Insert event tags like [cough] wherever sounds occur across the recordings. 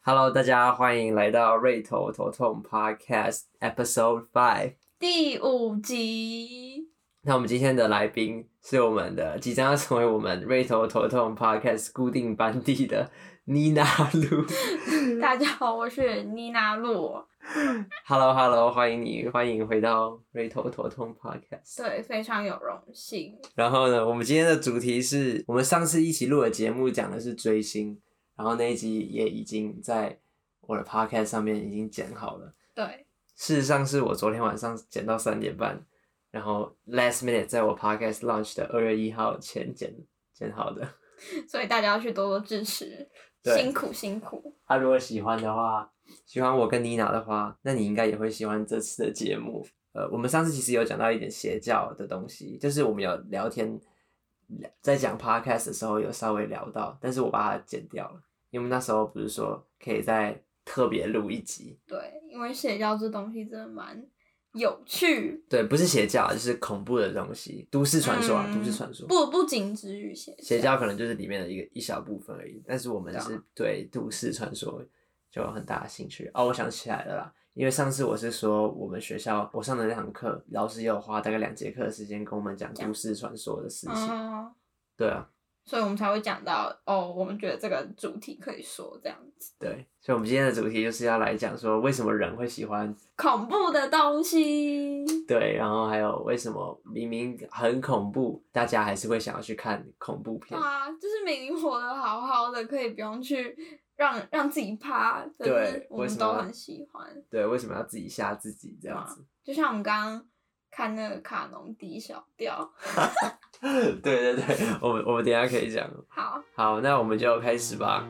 Hello，大家欢迎来到瑞头头痛 Podcast Episode Five。第五集，那我们今天的来宾是我们的即将要成为我们瑞头头痛 Podcast 固定班底的妮娜露。嗯大家好，我是妮娜露。 [laughs] Hello，Hello，欢迎你，欢迎回到瑞头头痛 Podcast。对，非常有荣幸。然后呢，我们今天的主题是我们上次一起录的节目讲的是追星，然后那一集也已经在我的 Podcast 上面已经剪好了。对，事实上是我昨天晚上剪到三点半，然后 last minute 在我 podcast launch 的二月一号前剪剪好的。所以大家要去多多支持，对辛苦辛苦。啊，如果喜欢的话，喜欢我跟妮娜的话，那你应该也会喜欢这次的节目。呃，我们上次其实有讲到一点邪教的东西，就是我们有聊天，聊在讲 podcast 的时候有稍微聊到，但是我把它剪掉了，因为那时候不是说可以再特别录一集，对，因为邪教这东西真的蛮有趣，对，不是邪教啊，就是恐怖的东西，都市传说啊，嗯都市传说。不不仅止于邪邪教可能就是里面的一个一小部分而已，但是我们是啊对都市传说就有很大的兴趣。哦，我想起来了啦，因为上次我是说我们学校我上的那堂课，老师也有花大概两节课的时间跟我们讲讲都市传说的事情。嗯，对啊，所以我们才会讲到哦，我们觉得这个主题可以说这样子，对，所以我们今天的主题就是要来讲说为什么人会喜欢恐怖的东西。对，然后还有为什么明明很恐怖，大家还是会想要去看恐怖片。啊，就是明明活得好好的，可以不用去让让自己怕，可对是我为什们都么很喜欢。啊对，为什么要自己吓自己这样子？就像我们刚刚看那个卡农低小调， [laughs] 对对对，我们我们等一下可以讲。好，好，那我们就开始吧。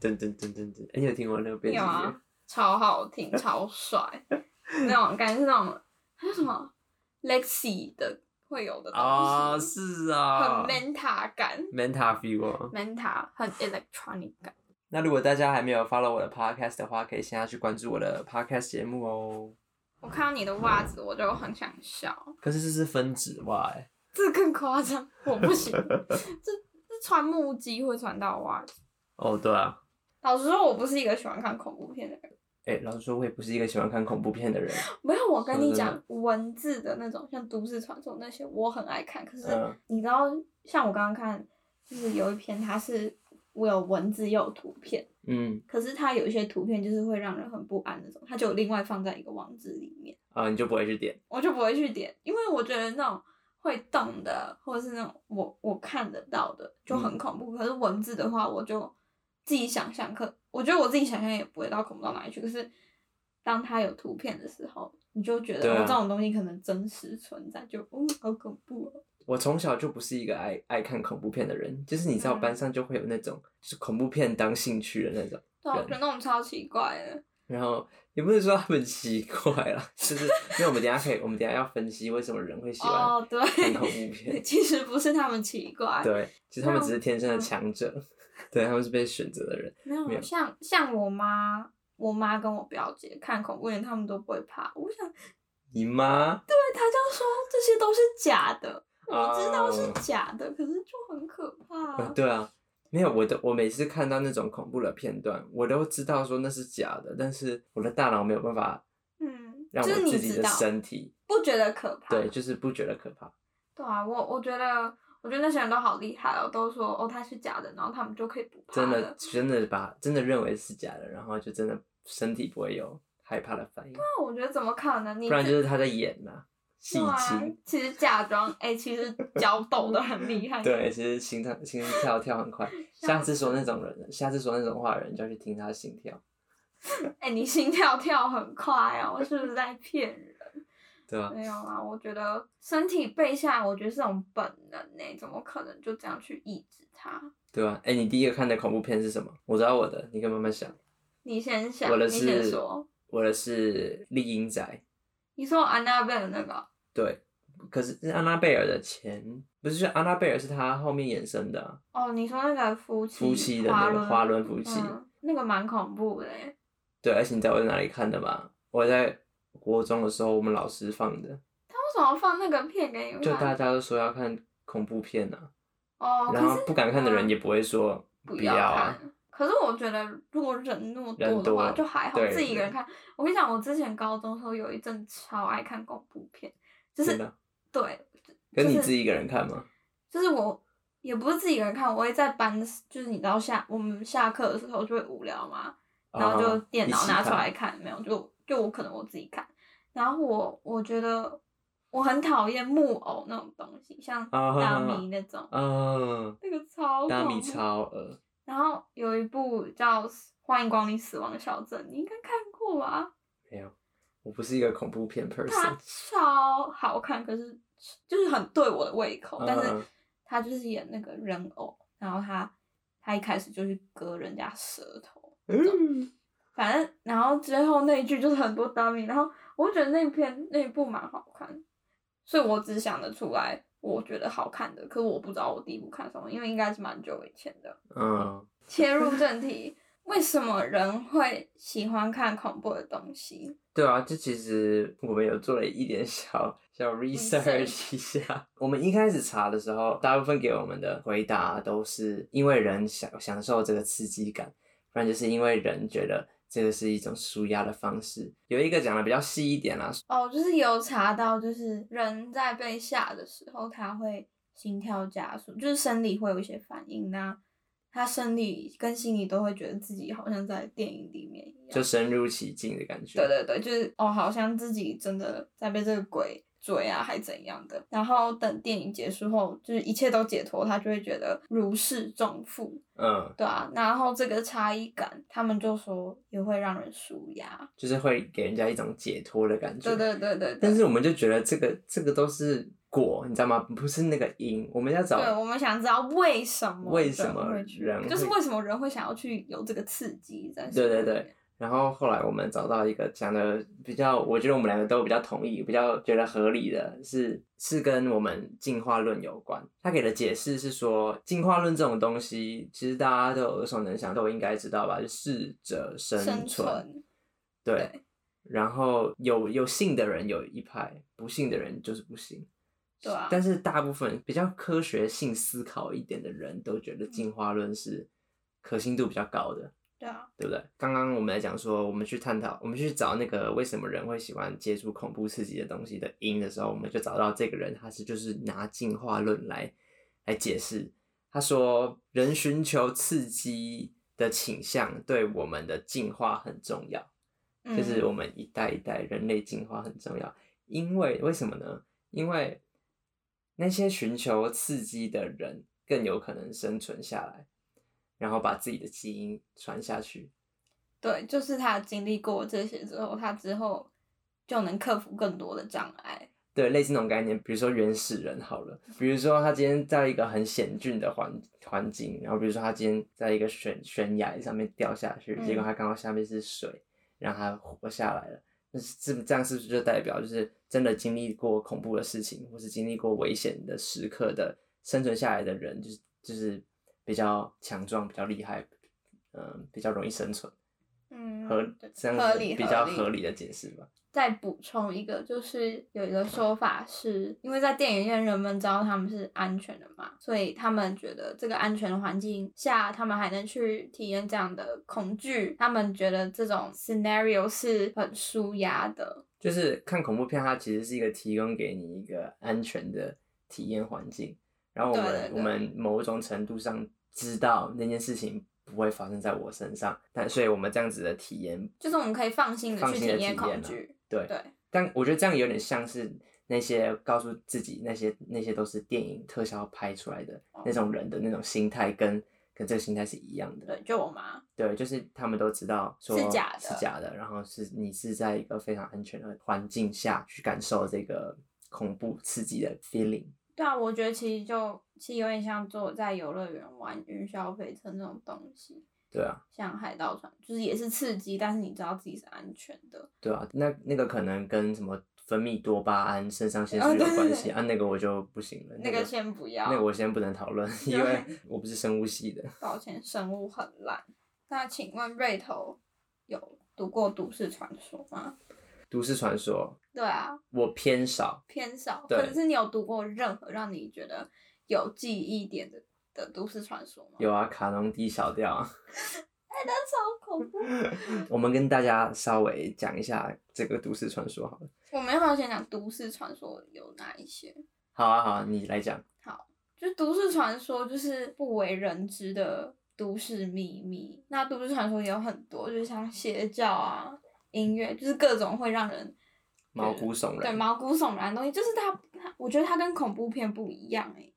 噔噔噔噔噔！哎、你有听过那个变有奏乐？啊，超好听，超 [laughs] 帅，那种感觉是那种还有什么 Lexi 的会有的啊、东西，是啊很 Manta 感 Manta feel 哦。 ，Manta 很 electronic 感。那如果大家还没有 follow 我的 podcast 的话，可以现在去关注我的 podcast 节目哦。我看到你的袜子，我就很想笑，可是这是分趾袜哎，这更夸张，我 [laughs] 不行，这这穿木屐会穿到袜子。哦对啊，老实说，我不是一个喜欢看恐怖片的人。哎、老实说，我也不是一个喜欢看恐怖片的人。没有，我跟说你哦真的讲，文字的那种，像都市传说那些，我很爱看。可是嗯你知道，像我刚刚看，就是有一篇，它是我有文字又有图片，嗯，可是它有一些图片就是会让人很不安那种，它就另外放在一个网址里面，啊、你就不会去点？我就不会去点，因为我觉得那种会动的，或者是那种我我看得到的就嗯很恐怖。可是文字的话，我就自己想象可，我觉得我自己想象也不会到恐怖到哪里去。可是当它有图片的时候，你就觉得对啊我、哦这种东西可能真实存在，就嗯好恐怖哦。我从小就不是一个爱爱看恐怖片的人，就是你知道嗯班上就会有那种、就是恐怖片当兴趣的那种，对啊，对我觉得那种超奇怪 [laughs] 的。然后也不是说他们奇怪啦，就是因为我们等一下可以，我们等一下要分析为什么人会喜欢哦，看恐怖对，片 [laughs] 其实不是他们奇怪，对，其实他们那只是天生的强者，对，他们是被选择的人，没没有有像像我妈，我妈跟我表姐看恐怖片，他们都不会怕。我想你妈他就说这些都是假的，我知道是哦假的，可是就很可怕、呃对啊，没有我的，我每次看到那种恐怖的片段，我都知道说那是假的，但是我的大脑没有办法嗯，让就是我你自己知的道啊身体，不觉得可怕。对，就是不觉得可怕。对啊，我我觉得，我觉得那些人都好厉害哦，都说哦他是假的，然后他们就可以不怕真了。的真的把真的认为是假的，然后就真的身体不会有害怕的反应，那我觉得怎么可能？你不然这就是他在演呐、戏对啊精。 [laughs] 其实假装哎、其实脚抖的很厉害。对，其实心跳心跳跳很 [laughs] 快。下吓次说那种人，下次说那种话的人，就要去听他心跳。哎、你心跳跳很快哦，我是不是在骗人？对啊，没有啦，我觉得身体被吓，我觉得是种本能呢、怎么可能就这样去抑制它？对啊。哎、你第一个看的恐怖片是什么？我知道我的，你可以慢慢想。你先想，我的你先是说。我的是《丽婴仔》，你说安娜贝尔那个，对。可是是安娜贝尔的前不是，就安娜贝尔是他后面衍生的啊、哦，你说那个夫妻夫妻的那个滑花轮夫妻。嗯，那个蛮恐怖的欸。对，而且你知道我在哪里看的吗？我在国中的时候，我们老师放的。他为什么要放那个片给你就大看？家都说要看恐怖片啊，啊哦，然可后是不敢看的人也不会说不要要啊看。。可是我觉得，如果人那么人多的话，多就还好对，自己一个对人看。我跟你讲，我之前高中的时候有一阵超爱看恐怖片，就是真的对，可是你就是自己一个人看吗？就是我也不是自己一个人看，我会在班，就是你知道下我们下课的时候就会无聊嘛，然后就啊电脑拿出，来一起看，没有就就我可能我自己看。然后我我觉得我很讨厌木偶那种东西，像啊哈大哈哈米那种，看嗯，那个超大米恐怖超恶，然后有一部叫《欢迎光临死亡小镇》，你应该看过吧？没有，我不是一个恐怖片它 person，超好看，可是就是很对我的胃口。但嗯是他就是演那个人偶，然后他他一开始就去割人家舌头，嗯反正然后最后那一句就是很多 dummy，然后我觉得那片那一部蛮好看，所以我只想得出来我觉得好看的，可是我不知道我第一部看什么，因为应该是蛮久以前的。嗯，切入正题，为什么人会喜欢看恐怖的东西？对啊，这其实我们有做了一点小小 research 一下。我们一开始查的时候，大部分给我们的回答都是因为人享享受这个刺激感，不然就是因为人觉得这个是一种舒压的方式。有一个讲的比较细一点啦，哦，就是有查到，就是人在被吓的时候，他会心跳加速，就是生理会有一些反应呐、他生理跟心理都会觉得自己好像在电影里面一样。就深入其境的感觉。对对对，就是哦，好像自己真的在被这个鬼追啊，还怎样的。然后等电影结束后，就是一切都解脱，他就会觉得如释重负。嗯，对啊，然后这个差异感，他们就说也会让人舒压。就是会给人家一种解脱的感觉。对对对对对。但是我们就觉得这个这个都是果，你知道吗？不是那个因，我们要找对，我们想知道为什么为什么会去人就是会为什么人会想要去有这个刺激对在对生活对里面。然后后来我们找到一个讲的比较，我觉得我们两个都比较同意，比较觉得合理的是是跟我们进化论有关。他给的解释是说，进化论这种东西，其实大家都有耳熟能详，都应该知道吧？就适者生生存对。对然后有有信的人有一派，不信的人就是不信。对啊但是大部分比较科学性思考一点的人都觉得进化论是可信度比较高的。对啊，对不对？刚刚我们来讲说，我们去探讨，我们去找那个为什么人会喜欢接触恐怖刺激的东西的因的时候，我们就找到这个人，他是就是拿进化论来来解释。他说，人寻求刺激的倾向对我们的进化很重要，嗯就是我们一代一代人类进化很重要。因为为什么呢？因为那些寻求刺激的人更有可能生存下来，然后把自己的基因传下去。对，就是他经历过这些之后，他之后就能克服更多的障碍。对，类似那种概念，比如说原始人好了，比如说他今天在一个很险峻的环环境，然后比如说他今天在一个悬悬崖上面掉下去，结果嗯他刚好下面是水，让他活下来了。那是这这样是不是就代表就是真的经历过恐怖的事情，或是经历过危险的时刻的生存下来的人，就是就是比较强壮、比较厉害，嗯、比较容易生存，嗯，合对这样合子理比较理合理的解释吧。再补充一个，就是有一个说法是，因为在电影院人们知道他们是安全的嘛，所以他们觉得这个安全的环境下，他们还能去体验这样的恐惧，他们觉得这种 scenario 是很舒压的。就是看恐怖片，它其实是一个提供给你一个安全的体验环境，然后我们对对对我们某种程度上知道那件事情不会发生在我身上，但所以我们这样子的体验，就是我们可以放心的放去心地体验体恐验啊惧，对，对，但我觉得这样有点像是那些告诉自己那些那些都是电影特效拍出来的哦那种人的那种心态跟。跟这个心态是一样的，对，就我妈，对，就是他们都知道说是假的是假的，然后是你是在一个非常安全的环境下去感受这个恐怖刺激的 feeling。对啊，我觉得其实就其实有点像坐在游乐园玩云霄飞车那种东西，对啊，像海盗船，就是也是刺激，但是你知道自己是安全的。对啊，那那个可能跟什么分泌多巴胺、肾上腺素哦有对对关系、对啊，那个我就不行了，那个先不要那个我先不能讨 [laughs] 论，因为我不是生物系的。抱歉，生物很烂。那请问瑞头有读过都市传说吗？都市传说对啊，我偏少，偏少。对可是你有读过任何让你觉得有记忆点的的都市传说吗？有啊，卡农低小调啊。超恐怖！嗯我们跟大家稍微讲一下这个都市传说好了。我们要不要先讲都市传说有哪一些？好啊，好啊，你来讲。就都市传说就是不为人知的都市秘密。那都市传说也有很多，就是像邪教啊、音乐，就是各种会让人毛骨悚对然，毛骨悚然的东西。就是它，它我觉得它跟恐怖片不一样诶、欸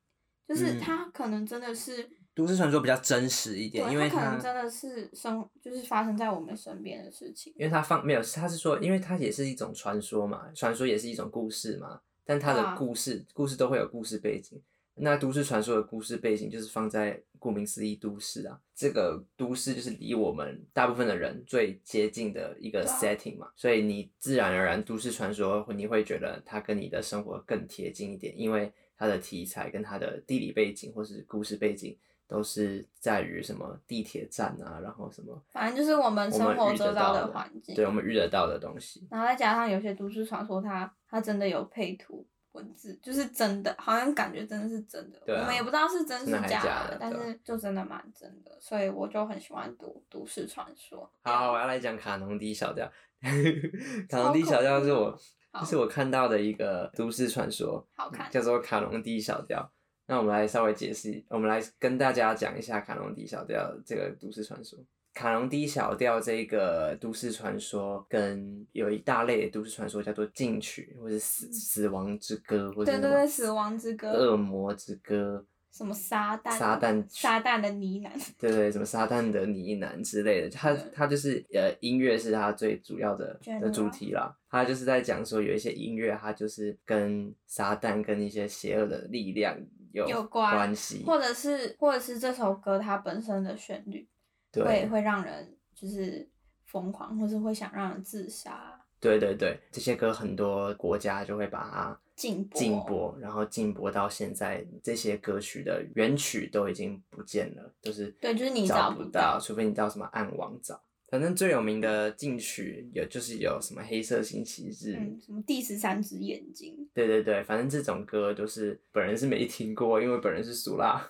就是嗯它可能真的是，都市传说比较真实一点，因为对，它可它能真的是生，就是发生在我们身边的事情。因为它放没有，它是说，因为它也是一种传说嘛，传说也是一种故事嘛，但它对啊的故事、故事都会有故事背景。那都市传说的故事背景就是放在顾名思义都市啊，这个都市就是离我们大部分的人最接近的一个对啊 setting 嘛，所以你自然而然都市传说你会觉得它跟你的生活更贴近一点，因为它的题材跟它的地理背景或是故事背景都是在于什么地铁站啊，然后什么反正就是我们生我活们遇周得遭到的的环境。对我们遇得到的东西。然后再加上有些都市传说它，它真的有配图文字，就是真的，好像感觉真的是真的。对啊我们也不知道是真是真的还假假的的，但对啊是就真的蛮真的，所以我就很喜欢读都市传说。好，我要来讲卡农低小调。 [laughs] 卡超农低恐小调怖是的我好是我看到的一个都市传说，好看叫做卡农低小调。那我们来稍微解释，我们来跟大家讲一下卡农低小调这个都市传说。卡农低小调这个都市传说，跟有一大类的都市传说叫做禁曲，或者死死亡之歌，或者嗯对什对么对，死亡之歌，恶魔之歌，什么撒旦，呃撒旦撒旦的呢喃，对对，什么撒旦的呢喃之类的，它对它就是呃，音乐是它最主要的 Genre 的主题啦。它就是在讲说有一些音乐，它就是跟撒旦跟一些邪恶的力量有有关系，或者是或者是这首歌它本身的旋律，会对会让人就是疯狂，或是会想让人自杀、对对对，这些歌很多国家就会把它禁播、禁播，然后禁播到现在，这些歌曲的原曲都已经不见了，就是对就是你找找不到到，除非你到什么暗网找。反正最有名的禁曲有就是有什么黑色星期日，嗯，什么第十三只眼睛。 [laughs] 对对对，反正这种歌就是本人是没听过，因为本人是俗辣。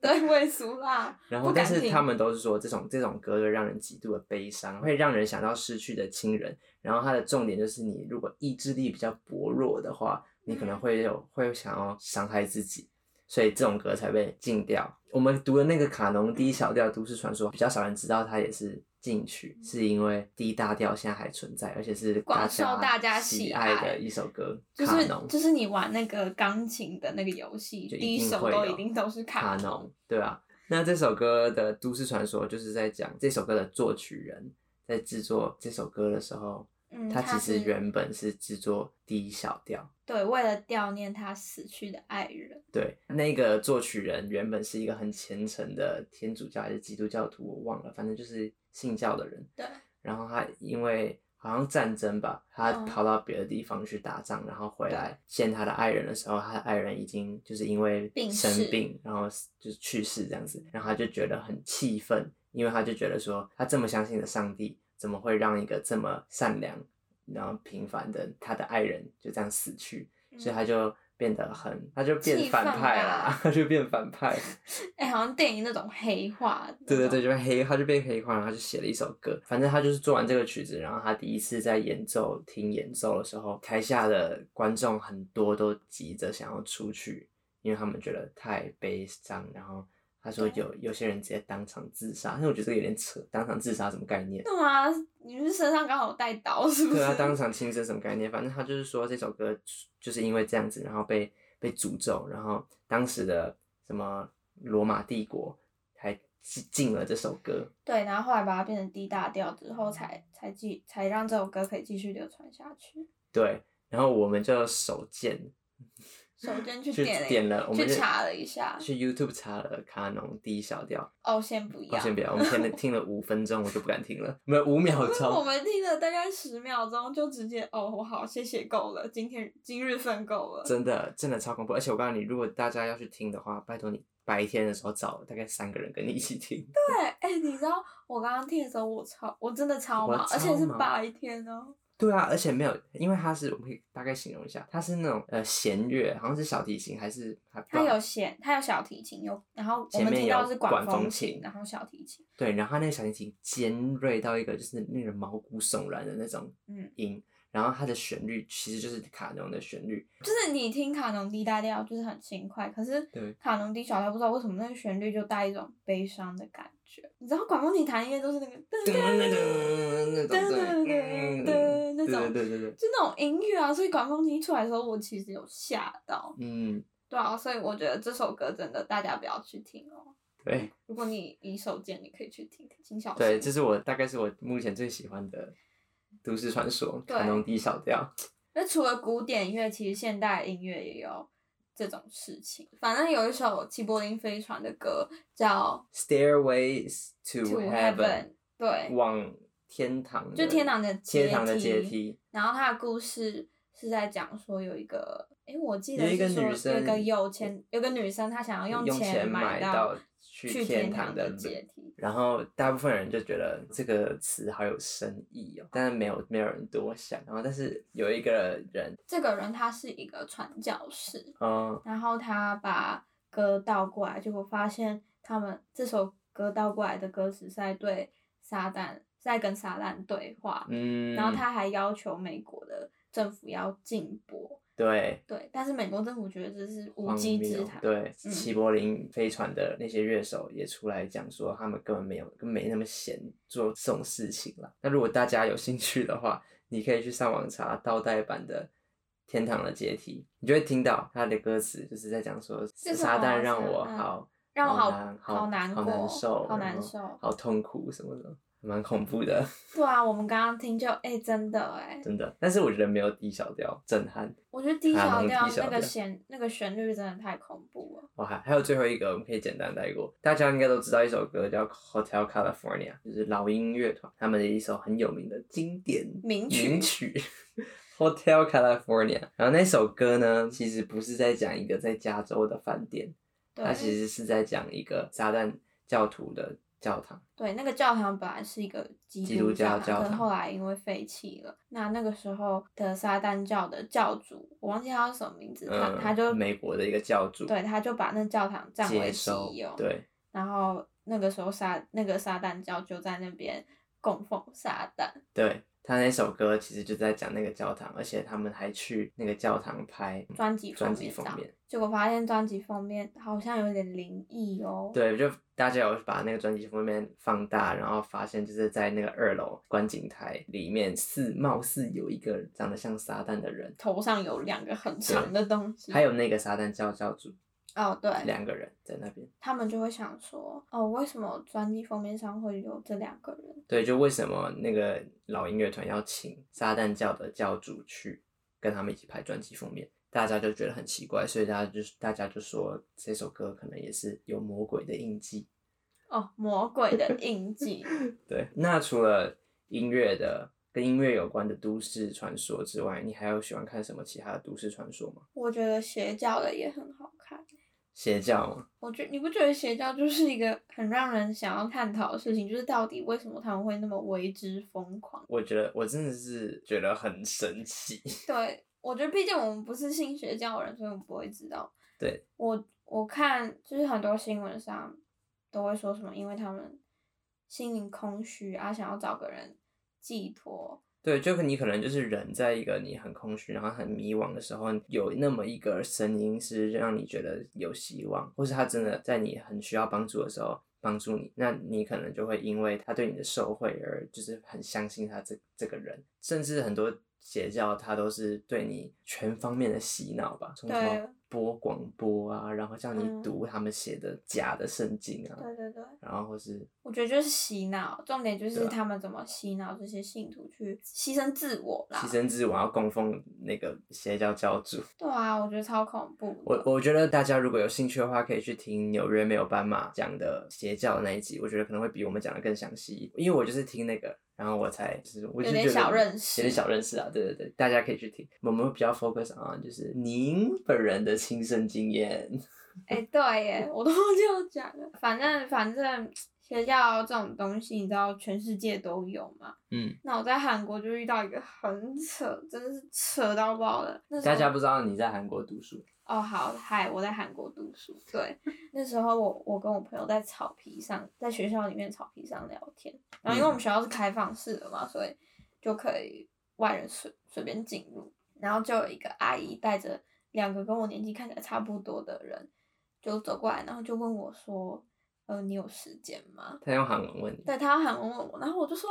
对，我也俗辣。然不后，敢但是听他们都是说这种这种歌会让人极度的悲伤，会让人想到失去的亲人。然后它的重点就是，你如果意志力比较薄弱的话，你可能嗯会有会想要伤害自己，所以这种歌才被禁掉。我们读的那个卡农 D 小调都市传说，比较少人知道它也是禁曲，是因为 D 大调现在还存在，而且是广大受大家喜喜爱的一首歌。就卡是农就是你玩那个钢琴的那个游戏，就第一定首会都有一定都是卡农。农，对啊。那这首歌的都市传说就是在讲这首歌的作曲人在制作这首歌的时候，嗯，他他其实是原本是制作第一小调。对为了悼念他死去的爱人，对，那个作曲人原本是一个很虔诚的天主教还是基督教徒，我忘了，反正就是信教的人。对，然后他因为好像战争吧，他嗯跑到别的地方去打仗，然后回来见他的爱人的时候，他的爱人已经就是因为病生逝病，然后就是去世这样子，然后他就觉得很气愤，因为他就觉得说，他这么相信的上帝，怎么会让一个这么善良然后平凡的他的爱人就这样死去？所以他嗯就变得很，他就气变反愤派吧啦， [laughs] 他就变反派。哎、好像电影那种黑化，对对嗯对，，就变黑，他就变黑化，然后他就写了一首歌。反正他就是做完这个曲子，然后他第一次在演奏听演奏的时候，台下的观众很多都急着想要出去，因为他们觉得太悲伤。然后他说对有有些人直接当场自杀，但我觉得这个有点扯，当场自杀什么概念？对啊，你是身上刚好有带刀是 [laughs] 不是？对啊，当场轻生什么概念？反正他就是说这首歌就是因为这样子，然后被被诅咒，然后当时的什么罗马帝国还禁禁了这首歌。对，然后后来把它变成 D 大调之后嗯才，才继才让这首歌可以继续流传下去。对，然后我们就手贱首先去去点了一点了，我们去就查了一下去 YouTube 查了卡农第一小调，哦，先不哦要，先不要，我们听了听了五分钟，我就不敢听了，没有五秒因为 [laughs] 我钟，们听了大概十秒钟，就直接哦，我好，谢谢，够了，今天今日份够了。真的真的超恐怖。而且我告诉你，如果大家要去听的话，拜托你白天的时候找大概三个人跟你一起听， [laughs] 对，哎、你知道我刚刚听的时候，我超，我真的超我忙，而且超是忙白天哦。对啊，而且没有，因为它是我们可以大概形容一下，它是那种呃弦乐，好像是小提琴还是还不知它道有弦，它有小提琴，有然后我啊前们面听有到是管风风琴然后小提琴，对，然后它那个小提琴尖锐到一个就是那个毛骨悚然的那种嗯，音，然后它的旋律其实就是卡农的旋律，就是你听卡农低大调就是很轻快，可是对卡农低小调不知道为什么那个旋律就带一种悲伤的感觉。你知道管风琴弹音乐都是那个噔噔噔噔那噔噔种噔对，噔噔对那对种，对对对，就那种音乐啊，所以管风琴一出来的时候，我其实有吓到。嗯，对啊，所以我觉得这首歌真的大家不要去听哦。对如果你以手贱，你可以去听听，请小对，心这是我大概是我目前最喜欢的都市传说，对卡农 D 小调，那除了古典音乐，其实现代音乐也有这种事情。反正有一首齐柏林飞船的歌叫 Stairways 《 to To Heaven， Heaven》，对，往天堂的，就天堂的阶天堂的阶。梯，然后它的故事是在讲说有一个，诶，我记得有一个是说女生有一个有钱，有个女生她想要用钱买到到去去天堂的路阶梯。然后大部分人就觉得这个词好有深意哦，但是没有没有人多想。然后但是有一个人，这个人他是一个传教士，嗯，然后他把歌倒过来，结果发现他们这首歌倒过来的歌词是在对撒旦，是在跟撒旦对话，嗯，然后他还要求美国的政府要禁播，对对，但是美国政府觉得这是无荒稽之谬谈，对嗯齐柏林飞船的那些乐手也出来讲说，他们根本没有根本没那么闲做这种事情了。那如果大家有兴趣的话，你可以去上网查倒带版的。天堂的阶梯，你就会听到他的歌词，就是在讲说是撒什么旦让我嗯好让我难好好难过，好难受，然好难后受。好痛苦什么的，蛮恐怖的，对啊，我们刚刚听就哎、真的哎、真的。但是我觉得没有低小调震撼。我觉得低卡小农调低小那个调弦那个旋律真的太恐怖了。哦，还还有最后一个，我们可以简单带过。大家应该都知道一首歌叫《Hotel California》，就是老鹰乐团他们的一首很有名的经典名曲名曲 Hotel California》。然后那首歌呢，其实不是在讲一个在加州的饭店，对它，其实是在讲一个撒旦教徒的教堂。对，那个教堂本来是一个基基督督教堂，教可是堂后来因为废弃了。那那个时候的撒旦教的教主，我忘记他叫什么名字，嗯，他他就美国的一个教主对，他就把那教堂占为接己收有。，对，然后那个时候撒那个撒旦教就在那边供奉撒旦。对他那首歌其实就在讲那个教堂，而且他们还去那个教堂拍专辑嗯专封辑面封照面。结果发现专辑封面好像有点灵异哦。，对，就大家有把那个专辑封面放大，然后发现就是在那个二楼观景台里面，似貌似有一个长得像撒旦的人，头上有两个很长的东西。啊还有那个撒旦教教主，哦，对，两个人在那边。他们就会想说，哦，为什么专辑封面上会有这两个人？对，就为什么那个老音乐团要请撒旦教的教主去跟他们一起拍专辑封面，大家就觉得很奇怪，所以大家就是大家就说这首歌可能也是有魔鬼的印记。哦，魔鬼的印记。对，那除了音乐的跟音乐有关的都市传说之外，你还有喜欢看什么其他的都市传说吗？我觉得邪教的也很好看。邪教吗？我觉你不觉得邪教就是一个很让人想要探讨的事情，就是到底为什么他们会那么为之疯狂？我觉得我真的是觉得很神奇。对，我觉得毕竟我们不是信邪教的人，所以我们不会知道。对，我我看就是很多新闻上都会说什么，因为他们心灵空虚啊，想要找个人寄托，对，就你可能就是人在一个你很空虚，然后很迷惘的时候，有那么一个声音是让你觉得有希望，或是他真的在你很需要帮助的时候帮助你，那你可能就会因为他对你的受惠而就是很相信他这这个人，甚至很多邪教他都是对你全方面的洗脑吧，从什对么播广播啊，然后叫你嗯读他们写的假的圣经啊，对对对，然后或是我觉得就是洗脑，重点就对是啊他们怎么洗脑这些信徒去牺牲自我啦牺。牲自我要供奉那个邪教教主。对啊，我觉得超恐怖的。我我觉得大家如果有兴趣的话，可以去听纽约没有斑马讲的邪教那一集，我觉得可能会比我们讲的更详细，因为我就是听那个，然后我才就是我就觉有点得小认识有点小认识啊，对对对，大家可以去听，我们会比较 focus on 就是您本人的亲身经验，哎、对耶，我都忘记要讲了。反正反正，邪教这种东西，你知道全世界都有嘛？嗯，那我在韩国就遇到一个很扯，真的是扯到爆了。那 [laughs] 时大候家不知道你在韩国读书，哦，好，嗨，我在韩国读书。对，那时候我我跟我朋友在草皮上，在学校里面草皮上聊天，然后因为我们学校是开放式的嘛，所以就可以外人随随便进入。然后就有一个阿姨带着两个跟我年纪看起来差不多的人，就走过来，然后就问我说：“呃，你有时间吗？”他用韩文问你，对他要韩文问我，然后我就说，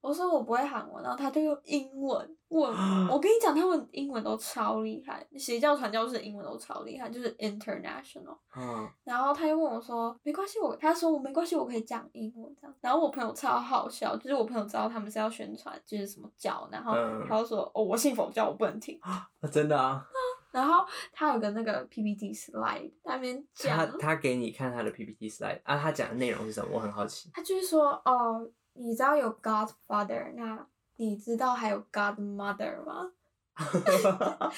我说我不会韩文，然后他就用英文问我。 [gasps] 我跟你讲，他们英文都超厉害，邪教传教士英文都超厉害，就是 international。嗯，然后他又问我说，没关系，我他说我没关系，我可以讲英文这样。然后我朋友超好笑，就是我朋友知道他们是要宣传就是什么教，然后嗯他就说、哦，我信佛教，我不能听。啊真的啊，然后他有个那个 PPT slide 在那边讲他，他给你看他的 PPT slide 啊，他讲的内容是什么？我很好 [laughs] 奇。 [laughs] 他就是说，哦，你知道有 Godfather，那你知道还有 Godmother [laughs] 吗？啊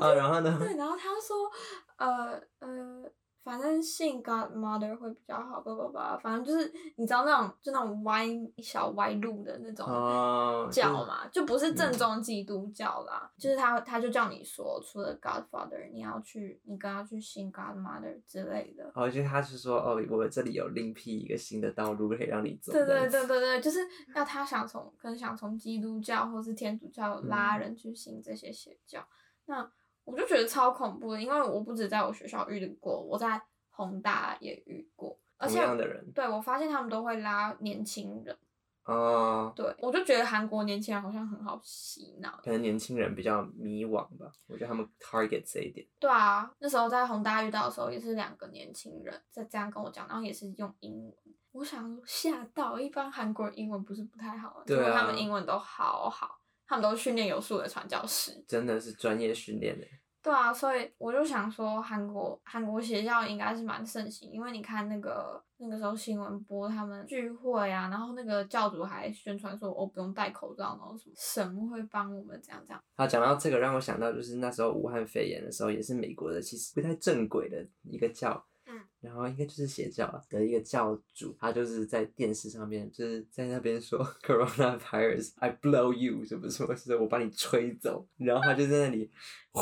啊，然后呢？对，然后他说，呃呃，反正信 Godmother 会比较好，叭叭叭，反正就是你知道那种就那种歪小歪路的那种。哦，教嘛，啊就不是嗯正宗基督教啦，就是他他就叫你说，除了 Godfather，你要去，你跟他去信 Godmother 之类的。哦，就是他是说，哦，我这里有另辟一个新的道路可以让你走。对这对样子对对对，就是要他想从，可能想从基督教或是天主教拉嗯人去信这些邪教，那我就觉得超恐怖的，因为我不止在我学校遇过，我在宏大也遇过，而同且样的人。对我发现他们都会拉年轻人，哦，对我就觉得韩国年轻人好像很好洗脑，可能年轻人比较迷惘吧，我觉得他们 target 这一点。对啊，那时候在宏大遇到的时候，也是两个年轻人在这样跟我讲，然后也是用英文。我想说吓到，一般韩国人英文不是不太好吗，对啊结果他们英文都好好，他们都是训练有素的传教士。真的是专业训练的，对啊，所以我就想说，韩国韩国邪教应该是蛮盛行，因为你看那个那个时候新闻播他们聚会啊，然后那个教主还宣传说，哦不用戴口罩，然后什么神会帮我们这样 [laughs] 这样。好，讲到这个，让我想到就是那时候武汉肺炎的时候，也是美国的，其实不太正轨的一个教，嗯，然后应该就是邪教啊的一个教主，他就是在电视上面，就是在那边说 [laughs] coronavirus I blow you 什么什么，是我把你吹走，然后他就在那里，不，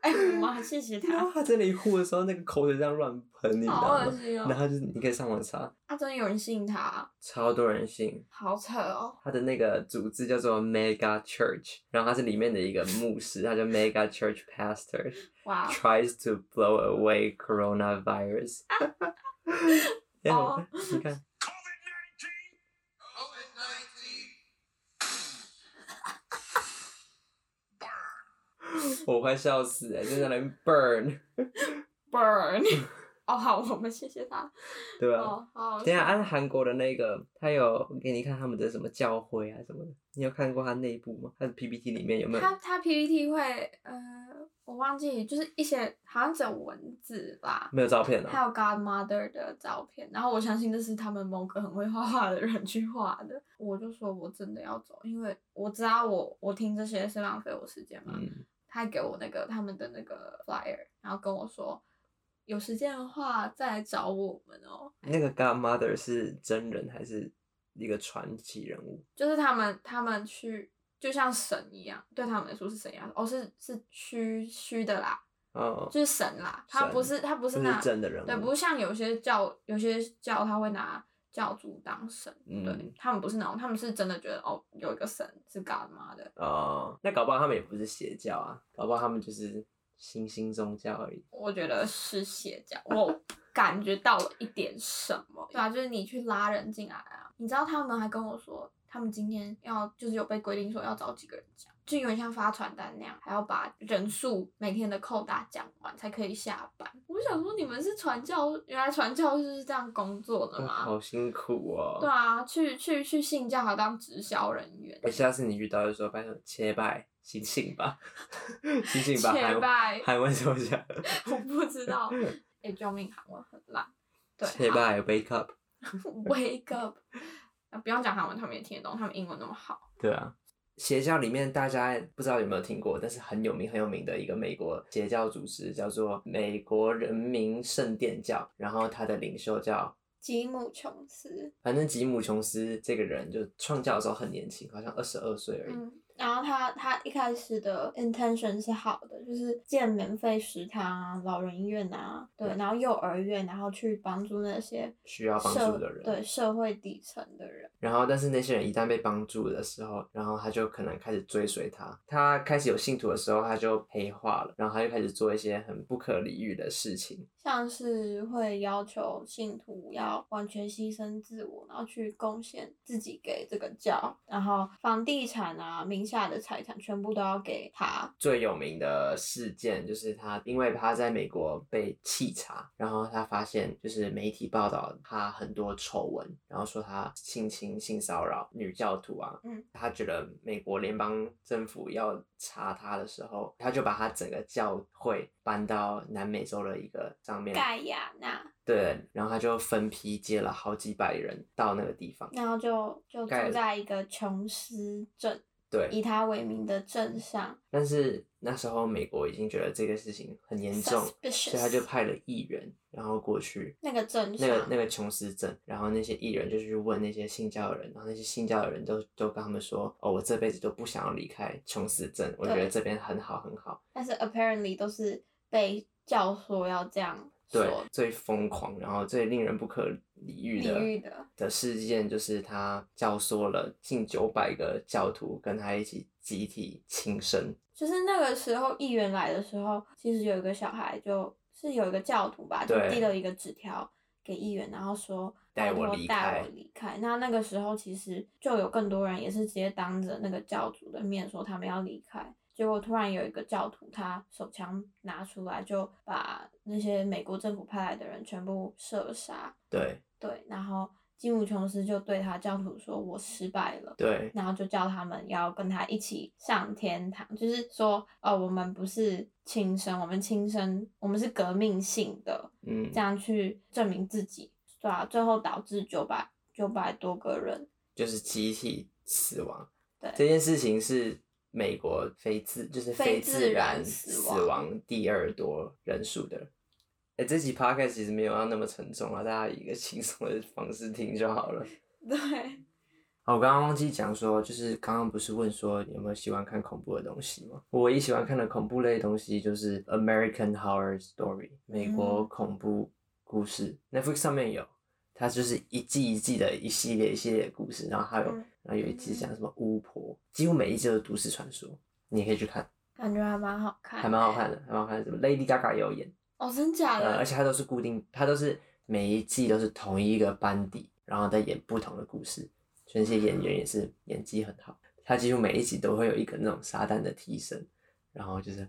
哎，我妈谢谢然他后，他在那里呼的时候，那个口水这样乱喷，你知道好恶吗？[laughs] 心哦然。后就是你可以上网查，啊，真的有人信他，超多人信，好扯哦！他的那个组织叫做 Mega Church，然后他是里面的一个牧师，他叫 Mega Church Pastor 哇，哦 [laughs] tries to blow away coronavirus。然后哦你看， COVID 19. Burn. [laughs] 我快笑死哎、就在那边 burn， burn，哦 [laughs] 好，我们谢谢他，对吧？哦好，等一下，啊按、韩国的那个，他有给你看他们的什么教会啊什么的，你有看过他内部吗？他的 PPT 里面有没有？他他 PPT 会，呃，我忘记，就是一些好像只有文字吧，没有照片还啊？有 Godmother 的照片，然后我相信这是他们某个很会画画的人去画的。我就说我真的要走，因为我知道我我听这些是浪费我时间嘛，嗯，他还给我那个他们的那个 flyer，然后跟我说有时间的话再来找我们哦。那个 Godmother 是真人还是一个传奇人物？就是他们他们去就像神一样，对他们来说是神一样，哦是是虚虚的啦，哦，就是神啦，他神不是他不是不那是真的人物，啊对，不是像有些教有些教他会拿教主当神，对嗯他们不是那种，他们是真的觉得哦有一个神是干嘛的，哦，那搞不好他们也不是邪教啊，搞不好他们就是新兴宗教而已。我觉得是邪教，我感觉到了一点什么。对啊，就是你去拉人进来啊，你知道他们还跟我说，他们今天要就是有被规定说要找几个人讲，就有点像发传单那样，还要把人数每天的扣打讲完才可以下班。我想说，你们是传教，原来传教士是这样工作的哇，吗？哦好辛苦哦。嗯啊对啊，去去去信教还当直销人员，我下次你遇到就说拜托切拜，醒醒吧， [laughs] 醒醒吧， [laughs] 切韩拜韩文怎么讲？我不知道。 [laughs] 哎、救命，韩文很烂。对，切拜，wake up。呃 Wake up！啊不用讲韩文，他们也听得懂，他们英文那么好。对啊，邪教里面大家不知道有没有听过，但是很有名很有名的一个美国邪教组织叫做美国人民圣殿教，然后它的领袖叫吉姆琼斯，反正吉姆琼斯这个人就创教的时候很年轻，好像二十二岁而已。嗯，然后他他一开始的 intention 是好的，就是建免费食堂啊、老人院啊，对，对然后幼儿园，然后去帮助那些需要帮社助的人对社会底层的人。然后，但是那些人一旦被帮助的时候，然后他就可能开始追随他。他开始有信徒的时候，他就黑化了，然后他就开始做一些很不可理喻的事情。像是会要求信徒要完全牺牲自我，然后去贡献自己给这个教，然后房地产啊、名下的财产全部都要给他，最有名的事件就是他，因为他在美国被弃查，然后他发现就是媒体报道他很多丑闻，然后说他性侵、性骚扰女教徒啊。嗯，他觉得美国联邦政府要查他的时候，他就把他整个教会搬到南美洲的一个上面盖亚那，对，然后他就分批接了好几百人到那个地方。然后就就盖住了在一个琼斯镇，对，以他为名的镇上但是那时候美国已经觉得这个事情很严重， ，suspicious，所以他就派了议员，然后过去那个镇那上，个那个琼斯镇，然后那些艺人就去问那些信教的人，然后那些信教的人都都跟他们说，哦，我这辈子都不想要离开琼斯镇，我觉得对这边很好很好。但是 apparently 都是被教唆要这样对说，最疯狂，然后最令人不可理喻比的喻的，的事件，就是他教唆了近九百个教徒跟他一起集体轻生。就是那个时候议员来的时候，其实有一个小孩就是有一个教徒吧，就对递了一个纸条给议员，然后说带拜我托离带开我离开。那那个时候其实就有更多人也是直接当着那个教主的面说他们要离开。结果突然有一个教徒，他手枪拿出来，就把那些美国政府派来的人全部射杀。对对，然后吉姆琼斯就对他教徒说：“我失败了。”对然后就叫他们要跟他一起上天堂，就是说，哦，我们不是亲生，我们亲生，我们是革命性的，嗯这，样去证明自己，对啊，最后导致九百九百多个人，就是集体死亡。对这件事情是美国非自就是非自自然然死死亡亡第二多人数的。哎、这集 podcast 其实没有要那么沉重啊，大家以一个轻松的方式听就好了。 [laughs] 对，哦，我刚刚忘记讲说，就是刚刚不是问说有没有喜欢看恐怖的东西吗？我唯一喜欢看的恐怖类的东西就是《American Horror Story》美国嗯恐怖故事、Netflix 上面有，它就是一季一季的一系列一系列的故事，然后还有、嗯然后有一季讲什么巫婆，几乎每一季都是都市传说，你也可以去看， [laughs] 感觉还蛮好看，还蛮好看，的，还蛮好看的。什么 Lady Gaga 也有演，哦，真假呃，的，而且它都是固定，它都是每一季都是同一个班底，然后在演不同的故事，所以那些演员也是演技很好。它几乎每一集都会有一个那种撒旦的替身，然后就是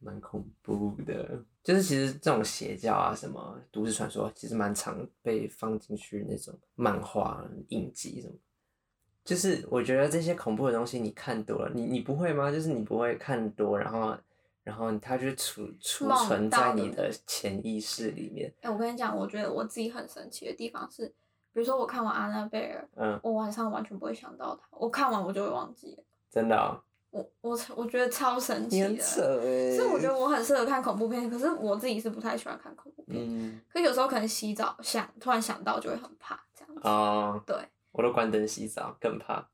蛮恐怖的。就是其实这种邪教啊，什么都市传说，其实蛮常被放进去那种漫画影集什么。就是我觉得这些恐怖的东西，你看多了，你你不会吗？就是你不会看多，然后然后它就储储梦存在到你的的潜意识里面。哎、我跟你讲，我觉得我自己很神奇的地方是，比如说我看完安娜贝尔，嗯，我晚上完全不会想到他，我看完我就会忘记了，真的、哦，我我我觉得超神奇你的，很扯哎、所以我觉得我很适合看恐怖片，可是我自己是不太喜欢看恐怖片。嗯可有时候可能洗澡想突然想到就会很怕这样子。哦，对，我都关灯洗澡，更怕。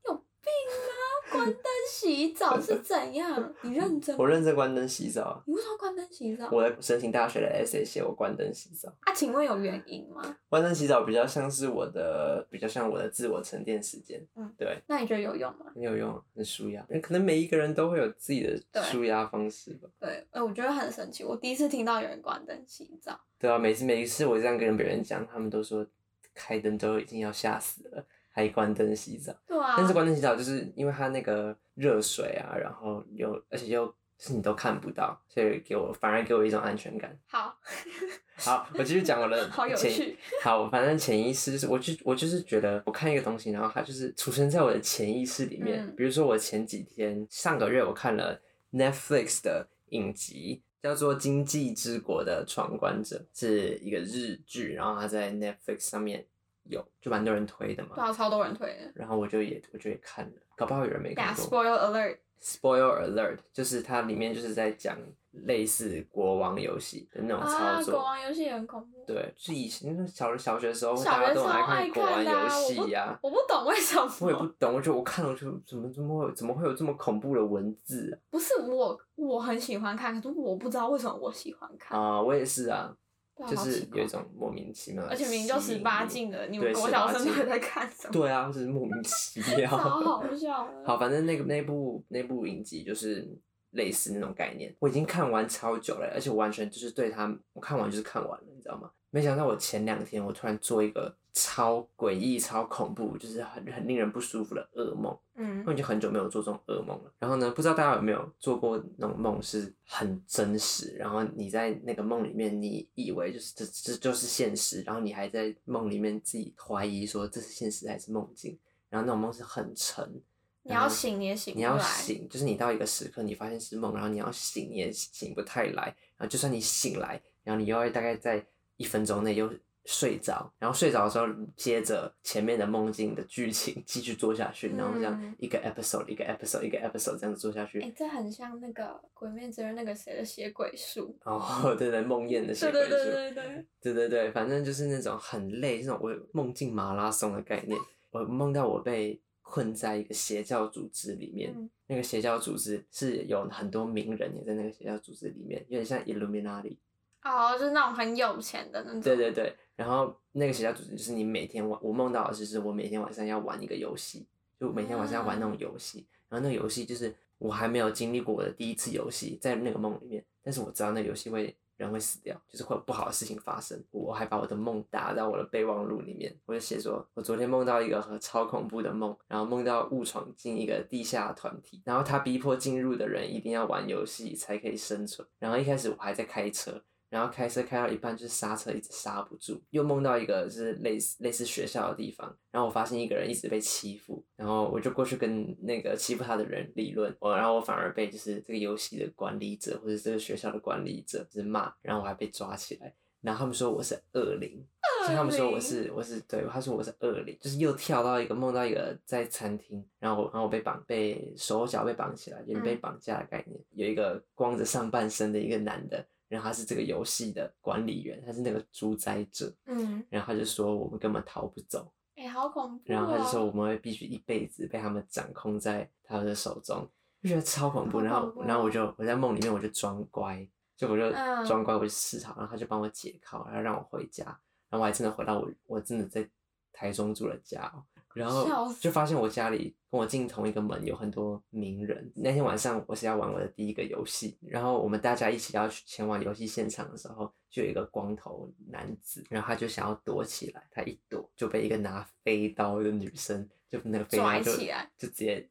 关灯洗澡是怎样？你认真吗？我认真关灯洗澡，你为什么关灯洗澡？我的申请大学的 essay 写我关灯洗澡。啊，请问有原因吗？关灯洗澡比较像是我的，比较像我的自我沉淀时间。嗯对，那你觉得有用吗？很有用，很舒压。可能每一个人都会有自己的对舒压方式吧。对，哎，我觉得很神奇，我第一次听到有人关灯洗澡。对啊，每次每一次我这样跟别人讲，他们都说开灯都已经要吓死了，还关灯洗澡。对啊，但是关灯洗澡就是因为它那个热水啊，然后又而且又是你都看不到，所以给我反而给我一种安全感。好， [laughs] 好，我继续讲我的 [laughs] 好有潜趣。 [laughs] 好，反正潜意识就是，我就我就是觉得我看一个东西，然后它就是储存在我的潜意识里面。嗯比如说我前几天上个月我看了 Netflix 的影集，叫做《经济之国的闯关者》，是一个日剧，然后它在 Netflix 上面。有，就蛮多人推的对嘛。啊，超多人推的。然后我就也我就也看了，搞不好有人没呀看 s 过。 p o i l alert， Spoil alert，就是它里面就是在讲类似国王游戏的那种操啊，作。国王游戏也很恐怖。对，是以前那小小学的时候，小大家学都很超看爱国看王的啊游戏呀、我不懂为什么。我也不懂，我就我看了就怎么怎么会怎么会有这么恐怖的文字 [laughs] 啊不是我，我很喜欢看，可是我不知道为什么我喜欢看。啊？我也是啊，对啊就好奇是怪有一种莫名其妙的而吸且引力，明明就十八禁的，你对们国小生18禁到底在看什么？对啊，就是莫名其妙， [laughs] 超好笑的。好，反正那个那部那部影集就是类似那种概念，我已经看完超久了，而且我完全就是对它，我看完就是看完了，你知道吗？没想到我前两天我突然做一个超诡异、超恐怖，就是很很令人不舒服的噩梦，嗯我，已经很久没有做这种噩梦了。然后呢，不知道大家有没有做过那种梦是很真实，然后你在那个梦里面，你以为就是这这就是现实，然后你还在梦里面自己怀疑说这是现实还是梦境，然后那种梦是很沉。你要醒也醒嗯你不要来。醒，就是你到一个时刻，你发现是梦，然后你要醒，你也醒不太来，然后就算你醒来，然后你又会大概在一分钟内又睡着，然后睡着的时候，接着前面的梦境的剧情继续做下去，然后这样嗯一个 episode 一个 episode 一个 episode 这样子做下去哎、，这很像那个《鬼灭之刃》那个谁的写鬼术。然后对对梦魇的对邪鬼术，对对对对，对对对，反正就是那种很累，那种我有梦境马拉松的概念。我梦到我被困在一个邪教组织里面，嗯那个邪教组织是有很多名人也在那个邪教组织里面，有点像 Illuminati。哦，就是那种很有钱的那种。对对对，然后那个邪教组织就是你每天晚，我梦到的就是我每天晚上要玩一个游戏，就每天晚上要玩那种游戏，然后那个游戏就是我还没有经历过我的第一次游戏，在那个梦里面，但是我知道那个游戏会人会死掉，就是会有不好的事情发生，我还把我的梦打到我的备忘录里面，我就写说，我昨天梦到一个很超恐怖的梦，然后梦到误闯进一个地下团体，然后他逼迫进入的人一定要玩游戏才可以生存，然后一开始我还在开车，然后开车开到一半，就是刹车一直刹不住，又梦到一个就是类似类似学校的地方，然后我发现一个人一直被欺负，然后我就过去跟那个欺负他的人理论，我然后我反而被就是这个游戏的管理者或者这个学校的管理者就是骂，然后我还被抓起来，然后他们说我是恶灵，所以他们说我是我是对，他说我是恶灵，就是又跳到一个梦到一个在餐厅，然后我然后我被绑被手脚被绑起来，有点被嗯绑架的概念。有一个光着上半身的一个男的，然后他是这个游戏的管理员，他是那个主宰者，嗯，然后他就说我们根本逃不走，哎、好恐怖、哦。然后他就说我们会必须一辈子被他们掌控在他们的手中，就觉得超恐怖。好然后恐怖哦然后我就我在梦里面我就装乖，就我就嗯装乖，我就试好，然后他就帮我解铐，然后让我回家，然后我还真的回到我我真的在台中住了家哦、然笑后死就发现我家里跟我进同一个门有很多名人。那天晚上我是要玩我的第一个游戏，然后我们大家一起要去前往游戏现场的时候，就有一个光头男子，然后他就想要躲起来，他一躲就被一个拿飞刀的女生就那个飞刀拽就起来，就直接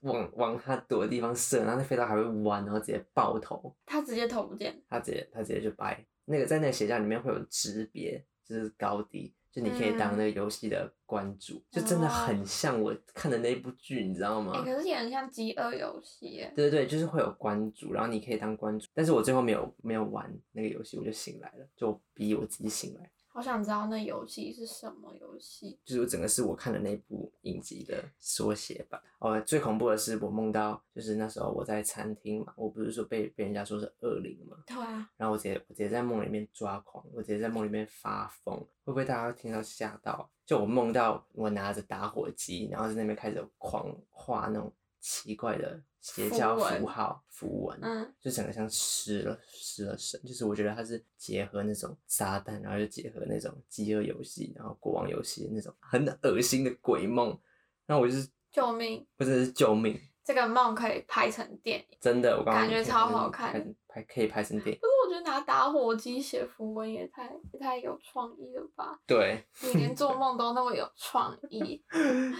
往往他躲的地方射，然后那飞刀还会弯，然后直接爆头。他直接头不见。他直接他直接就掰。那个在那个邪教里面会有职别，就是高低，就你可以当嗯那个游戏的关主，就真的很像我看的那一部剧，你知道吗哎、？可是也很像饥饿游戏耶。嗯对对对，就是会有关主，然后你可以当关主，但是我最后没有没有玩那个游戏，我就醒来了，就我逼我自己醒来，好想知道那游戏是什么游戏。就是我整个是我看的那部影集的缩写版。哦，最恐怖的是我梦到，就是那时候我在餐厅嘛，我不是说被被人家说是恶灵嘛，对啊，然后我直接我直接在梦里面抓狂，我直接在梦里面发疯，会不会大家听到吓到？就我梦到我拿着打火机，然后在那边开始狂画那种奇怪的邪教符文符号符文，嗯，就整个像失了失了神，就是我觉得它是结合那种撒旦，然后又结合那种饥饿游戏，然后国王游戏的那种很恶心的鬼梦，然后我就是救命！我真的是救命，这个梦可以拍成电影。真的，我刚刚感觉可以拍超成好看拍拍可以拍成电影，可是我觉得拿打火机写符文也太也太有创意了吧？对。你连做梦都那么有创 [laughs] 意，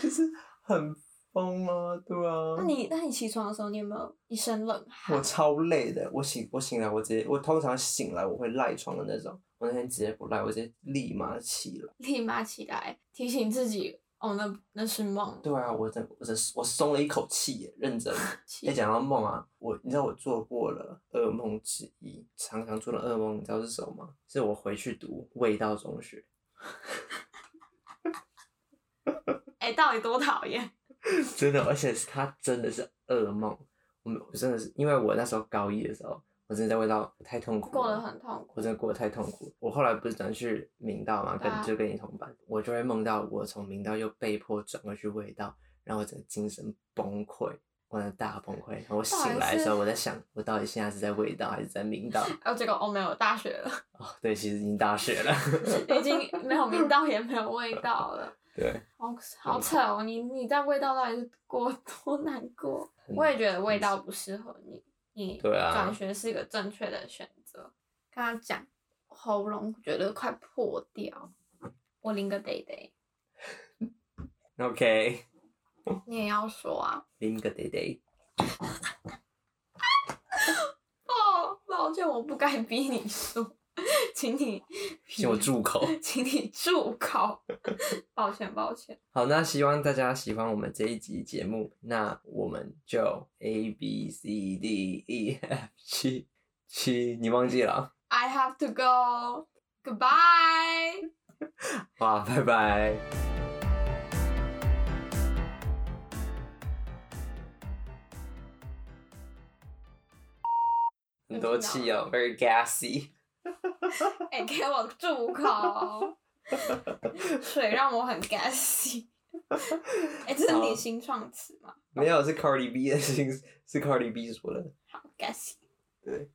就是很疯啊，对啊。那你那你起床的时候，你有没有一身冷我汗？超累的，我醒我醒来，我直接我通常醒来我会赖床的那种，我那天直接不赖，我直接立马起来。立马起来提醒自己，哦，那那是梦。对啊，我真我真我松了一口气耶，认 [laughs] 真。起哎，讲到梦啊，我你知道我做过了噩梦之一，常常做的噩梦，你知道是什么吗？是我回去读味道中学。哎、到底多讨厌？ [laughs] 真的，而且是它真的是噩梦。我们我真的是，因为我那时候高一的时候，我真的在味道太痛苦了，过得很痛苦我真的过得太痛苦。我后来不是转去明道嘛，跟对啊就跟你同班，我就会梦到我从明道又被迫转过去味道，然后我整个精神崩溃，我的大崩溃。然后我到底醒来的时候，是我在想，我到底现在是在味道还是在明道？哦，结果哦没有，大学了，哦，对，其实已经大学了， [laughs] 已经没有味道，也没有味道了。对，好嗯好扯哦！你你在味道到底是过 [laughs] 多难过？嗯我也觉得味道不适合你，你对啊转学是一个正确的选择。跟他讲，喉咙觉得快破掉，我淋个 day day， OK， [laughs] 你也要说啊？拎个 day day，哦，抱歉，我不该逼你说， [laughs] 请你请我住口。 [laughs] 请你住口，抱歉抱歉。好，那希望大家喜欢我们这一集节目，那我们就 A B C D E F G 七，你忘记了啊？ I have to go. Goodbye. [laughs] 哇， [laughs] 拜拜。很多气哦，very gassy。哎、给我 [laughs] 住口！水让我很 gassy。哎、这 Um, 是你新创词吗 [laughs] 没有，是 Cardi B 的，是是 Cardi B 说的。好，gassy。对。